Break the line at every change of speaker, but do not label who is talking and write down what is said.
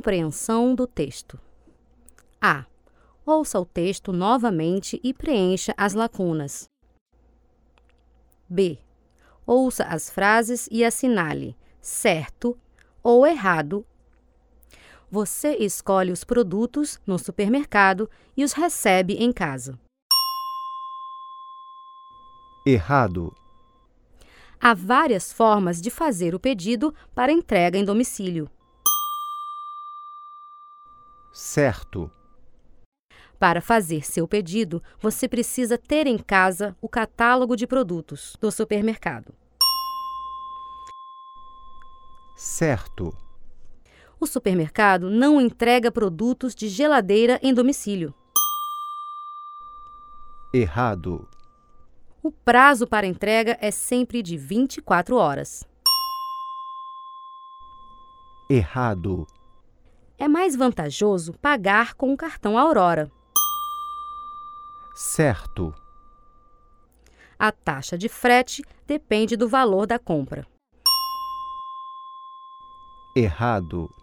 Compreensão do texto. A. Ouça o texto novamente e preencha as lacunas. B. Ouça as frases e assinale certo ou errado. Você escolhe os produtos no supermercado e os recebe em casa.
errado,
Há várias formas de fazer o pedido para entrega em domicílio.
certo,
Para fazer seu pedido, você precisa ter em casa o catálogo de produtos do supermercado.
certo,
O supermercado não entrega produtos de geladeira em domicílio.
errado,
O prazo para entrega é sempre de 24 horas.
errado,
É mais vantajoso pagar com o cartão Aurora.
certo,
A taxa de frete depende do valor da compra.
errado,